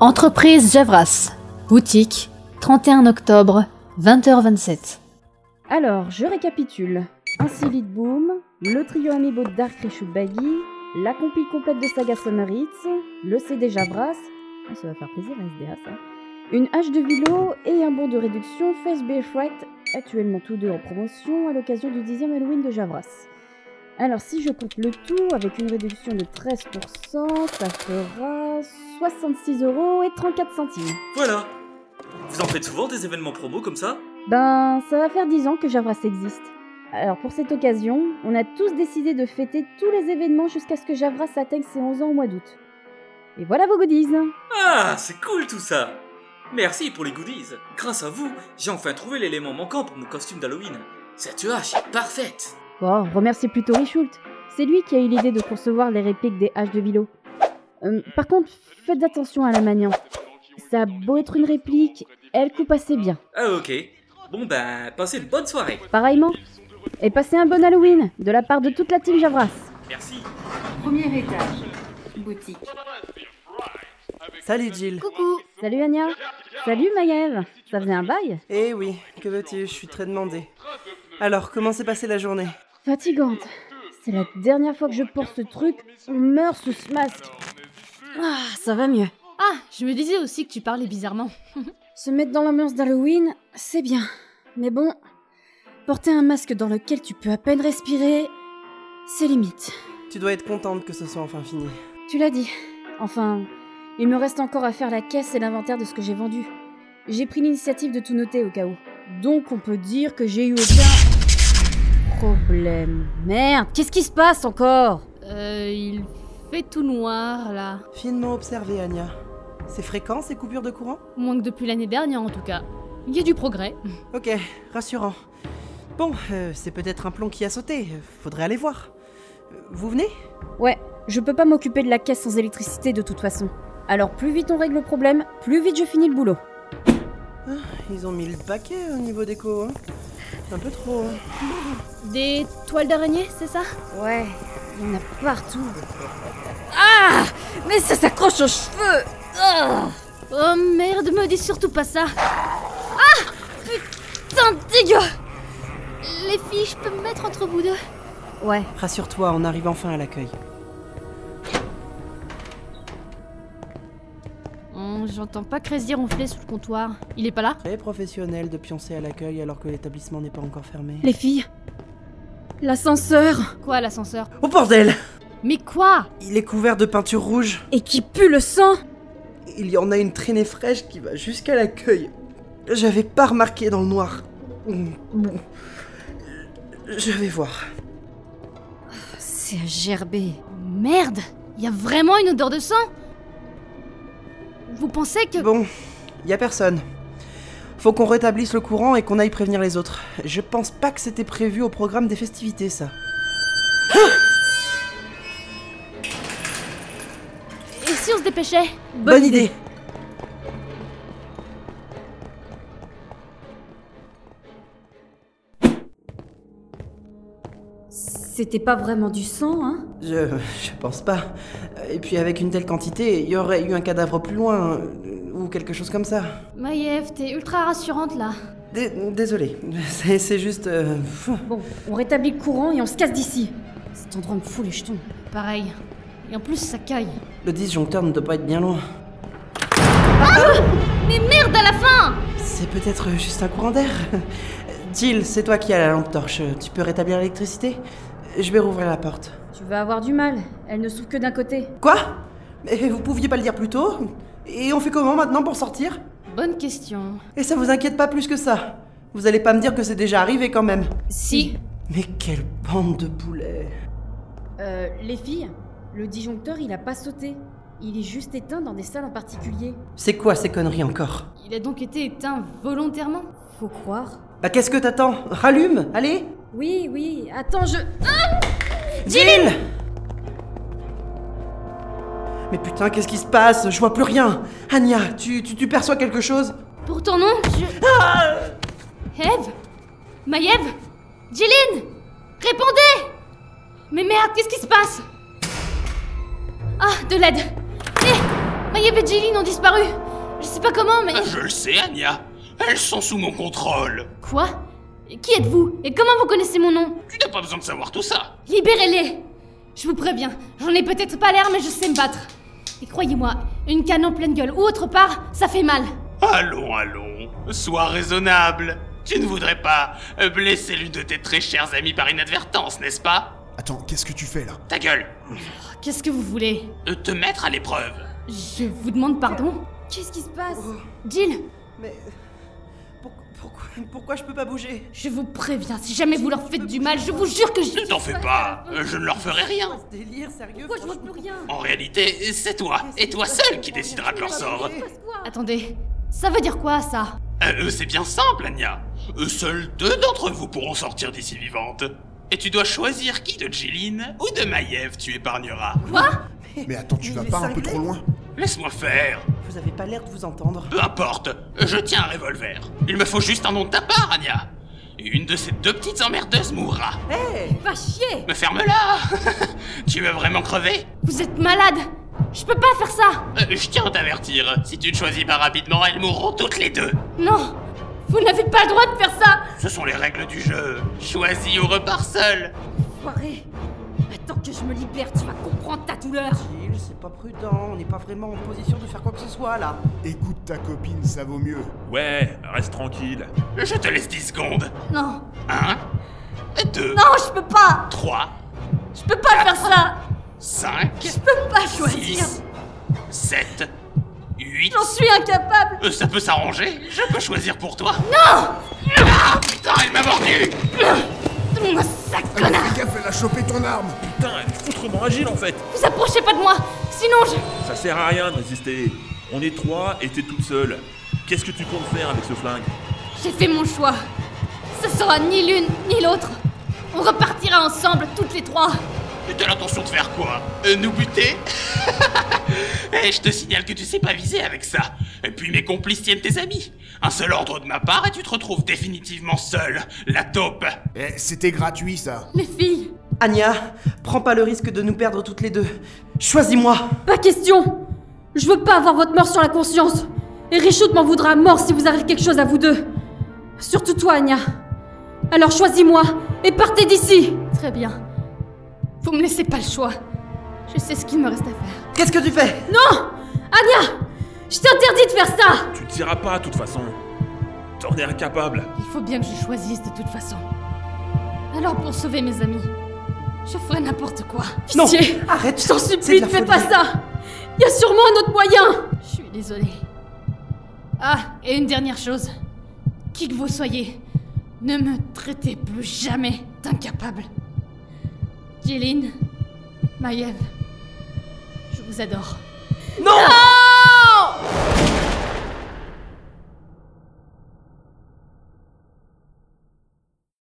Entreprise Javras, boutique, 31 octobre, 20h27. Alors, je récapitule. Un Silid Boom, le trio amiibo de Dark Reshoot Baggy, la compil complète de Saga Summer Hits, le CD Javras, ah, ça va faire plaisir à SDA ça, une hache de vélo et un bon de réduction Face Bear Fright, actuellement tous deux en promotion à l'occasion du 10e Halloween de Javras. Alors si je compte le tout avec une réduction de 13%, ça fera 66 euros et 34 centimes. Voilà Vous en faites souvent des événements promo comme ça Ben, ça va faire 10 ans que Javras existe. Alors pour cette occasion, on a tous décidé de fêter tous les événements jusqu'à ce que Javras atteigne ses 11 ans au mois d'août. Et voilà vos goodies hein. Ah, c'est cool tout ça Merci pour les goodies Grâce à vous, j'ai enfin trouvé l'élément manquant pour mon costume d'Halloween. Cette hache est parfaite Bon, remerciez plutôt Richult. C'est lui qui a eu l'idée de concevoir les répliques des haches de Vilo. Euh, par contre, faites attention à la maniant. Ça a beau être une réplique, elle coupe assez bien. Ah ok. Bon ben, passez une bonne soirée. Pareillement. Et passez un bon Halloween de la part de toute la team Javras. Merci. Premier étage. Boutique. Salut Jill. Coucou. Salut Anya. Salut Maëve. Ça faisait un bail Eh oui, que veux-tu, je suis très demandée. Alors, comment s'est passée la journée Fatigante. C'est la dernière fois que je porte ce truc. On meurt sous ce masque. Ah, ça va mieux. Ah, je me disais aussi que tu parlais bizarrement. Se mettre dans l'ambiance d'Halloween, c'est bien. Mais bon, porter un masque dans lequel tu peux à peine respirer, c'est limite. Tu dois être contente que ce soit enfin fini. Tu l'as dit. Enfin, il me reste encore à faire la caisse et l'inventaire de ce que j'ai vendu. J'ai pris l'initiative de tout noter au cas où. Donc on peut dire que j'ai eu aucun Problème. Merde, qu'est-ce qui se passe encore Euh, il fait tout noir là. Finement observé, Anya. C'est fréquent ces coupures de courant Moins que depuis l'année dernière en tout cas. Il y a du progrès. Ok, rassurant. Bon, euh, c'est peut-être un plomb qui a sauté. Faudrait aller voir. Euh, Vous venez Ouais, Je peux pas m'occuper de la caisse sans électricité de toute façon. Alors plus vite on règle le problème, plus vite je finis le boulot. Ils ont mis le paquet au niveau déco, hein. Un peu trop, hein. Des toiles d'araignée, c'est ça Ouais, il y en a partout. Ah Mais ça s'accroche aux cheveux Ah Oh merde, me dis surtout pas ça. Ah Putain, dégueu Les filles, je peux me mettre entre vous deux Ouais. Rassure-toi, on arrive enfin à l'accueil. Oh, J'entends pas Crazy ronfler sous le comptoir. Il est pas là Très professionnel de pioncer à l'accueil alors que l'établissement n'est pas encore fermé. Les filles L'ascenseur Quoi, l'ascenseur Oh bordel Mais quoi Il est couvert de peinture rouge. Et qui pue le sang Il y en a une traînée fraîche qui va jusqu'à l'accueil. J'avais pas remarqué dans le noir. Bon. Je vais voir. C'est à gerber. Oh, Merde Il y a vraiment une odeur de sang Vous pensez que... Bon, y a personne. Faut qu'on rétablisse le courant et qu'on aille prévenir les autres. Je pense pas que c'était prévu au programme des festivités, ça. Et si on se dépêchait Bonne, idée. C'était pas vraiment du sang, hein Je, je pense pas. Et puis avec une telle quantité, il y aurait eu un cadavre plus loin, euh, ou quelque chose comme ça. Maïev, t'es ultra rassurante là. Dé- Désolé, c'est c'est juste... euh, pff. Bon, on rétablit le courant et on se casse d'ici. Cet endroit me fout les jetons. Pareil. Et en plus, ça caille. Le disjoncteur ne doit pas être bien loin. Mais merde à la fin C'est peut-être juste un courant d'air. Jill, c'est toi qui as la lampe torche. Tu peux rétablir l'électricité Je vais rouvrir la porte. Tu vas avoir du mal, elle ne s'ouvre que d'un côté. Quoi Mais vous pouviez pas le dire plus tôt Et on fait comment maintenant pour sortir Bonne question. Et ça vous inquiète pas plus que ça Vous allez pas me dire que c'est déjà arrivé quand même Si. Mais quelle bande de poulets Euh, les filles, le disjoncteur il a pas sauté. Il est juste éteint dans des salles en particulier. C'est quoi ces conneries encore Il a donc été éteint volontairement Faut croire. Bah qu'est-ce que t'attends Rallume Allez Oui, oui, attends, je. Jill Mais putain, qu'est-ce qui se passe Je vois plus rien Anya, tu, tu, tu perçois quelque chose Pourtant non, je... Eve Maïev Jeline Répondez Mais merde, qu'est-ce qui se passe Ah, de l'aide Hé Maïev et Jeline ont disparu Je sais pas comment, mais... Je le sais, Anya. Elles sont sous mon contrôle. Quoi Qui êtes-vous Et comment vous connaissez mon nom Tu n'as pas besoin de savoir tout ça. Libérez-les Je vous préviens, j'en ai peut-être pas l'air, mais je sais me battre. Et croyez-moi, une canne en pleine gueule ou autre part, ça fait mal. Allons, allons. Sois raisonnable. Tu ne voudrais pas blesser l'une de tes très chères amies par inadvertance, n'est-ce pas Attends, qu'est-ce que tu fais là Ta gueule. Ah, Qu'est-ce que vous voulez Euh, Te mettre à l'épreuve. Je vous demande pardon Qu'est-ce qui se passe Jill, Mais. pour- Pourquoi, pourquoi je peux pas bouger je vous préviens, si jamais vous leur faites du mal, je vous jure que je... Ne t'en fais pas. euh, Je ne leur ferai rien. Ce délire, sérieux Pourquoi je vois franchement. plus rien En réalité, c'est toi, et toi seul qui décidera de leur sort. Attendez, ça veut dire quoi ça Euh, c'est bien simple, Anya. Euh, Seuls deux d'entre vous pourront sortir d'ici vivantes. Et tu dois choisir qui de Jilin ou de Maiev tu épargneras. Mais attends, tu Mais vas il est pas un peu cinglé. trop loin Laisse-moi faire. Vous avez pas l'air de vous entendre. Peu importe, je tiens un revolver. Il me faut juste un nom de ta part, Anya. Et Une de ces deux petites emmerdeuses mourra. Va chier Me ferme-la Tu veux vraiment crever Vous êtes malade Je peux pas faire ça Euh, Je tiens à t'avertir, si tu ne choisis pas rapidement, elles mourront toutes les deux. Non Vous n'avez pas le droit de faire ça Ce sont les règles du jeu. Choisis ou repars seul. Foiré Attends que je me libère, tu vas comprendre ta douleur Gilles, c'est pas prudent, on n'est pas vraiment en position de faire quoi que ce soit là. Écoute ta copine, ça vaut mieux. Ouais, reste tranquille. Je te laisse 10 secondes. Non Un, deux, Non, je peux pas trois, Je peux pas faire ça cinq, Je peux pas choisir six, sept, huit. J'en suis incapable Euh, ça peut s'arranger, je peux choisir pour toi. Non Ah putain, elle m'a mordu Donne-moi ça, Allez, connard fais gaffe, elle a chopé ton arme Putain, elle est foutrement agile en fait. Vous approchez pas de moi Sinon je... Ça sert à rien de résister. On est trois et t'es toute seule. Qu'est-ce que tu comptes faire avec ce flingue J'ai fait mon choix Ce sera ni l'une ni l'autre On repartira ensemble, toutes les trois Mais T'as l'intention de faire quoi Euh, Nous buter Eh, je te signale que tu sais pas viser avec ça. Et puis mes complices tiennent tes amis. Un seul ordre de ma part et tu te retrouves définitivement seul, la taupe. Eh, c'était gratuit ça Les filles Anya, prends pas le risque de nous perdre toutes les deux. Choisis-moi Pas question Je veux pas avoir votre mort sur la conscience Et Richout m'en voudra à mort si vous arrive quelque chose à vous deux Surtout toi, Anya Alors choisis-moi et partez d'ici Très bien. Vous me laissez pas le choix. Je sais ce qu'il me reste à faire. Qu'est-ce que tu fais Anya Je t'interdis de faire ça Tu ne tireras pas de toute façon. T'en es incapable. Il faut bien que je choisisse de toute façon. Alors pour sauver mes amis, je ferai n'importe quoi. Non Pitié Arrête Je t'en c'est de supplie, ne la fais folie. pas ça Y a sûrement un autre moyen Je suis désolée. Ah, et une dernière chose. Qui que vous soyez, ne me traitez plus jamais d'incapable. Jeline, Maiev, je vous adore. Non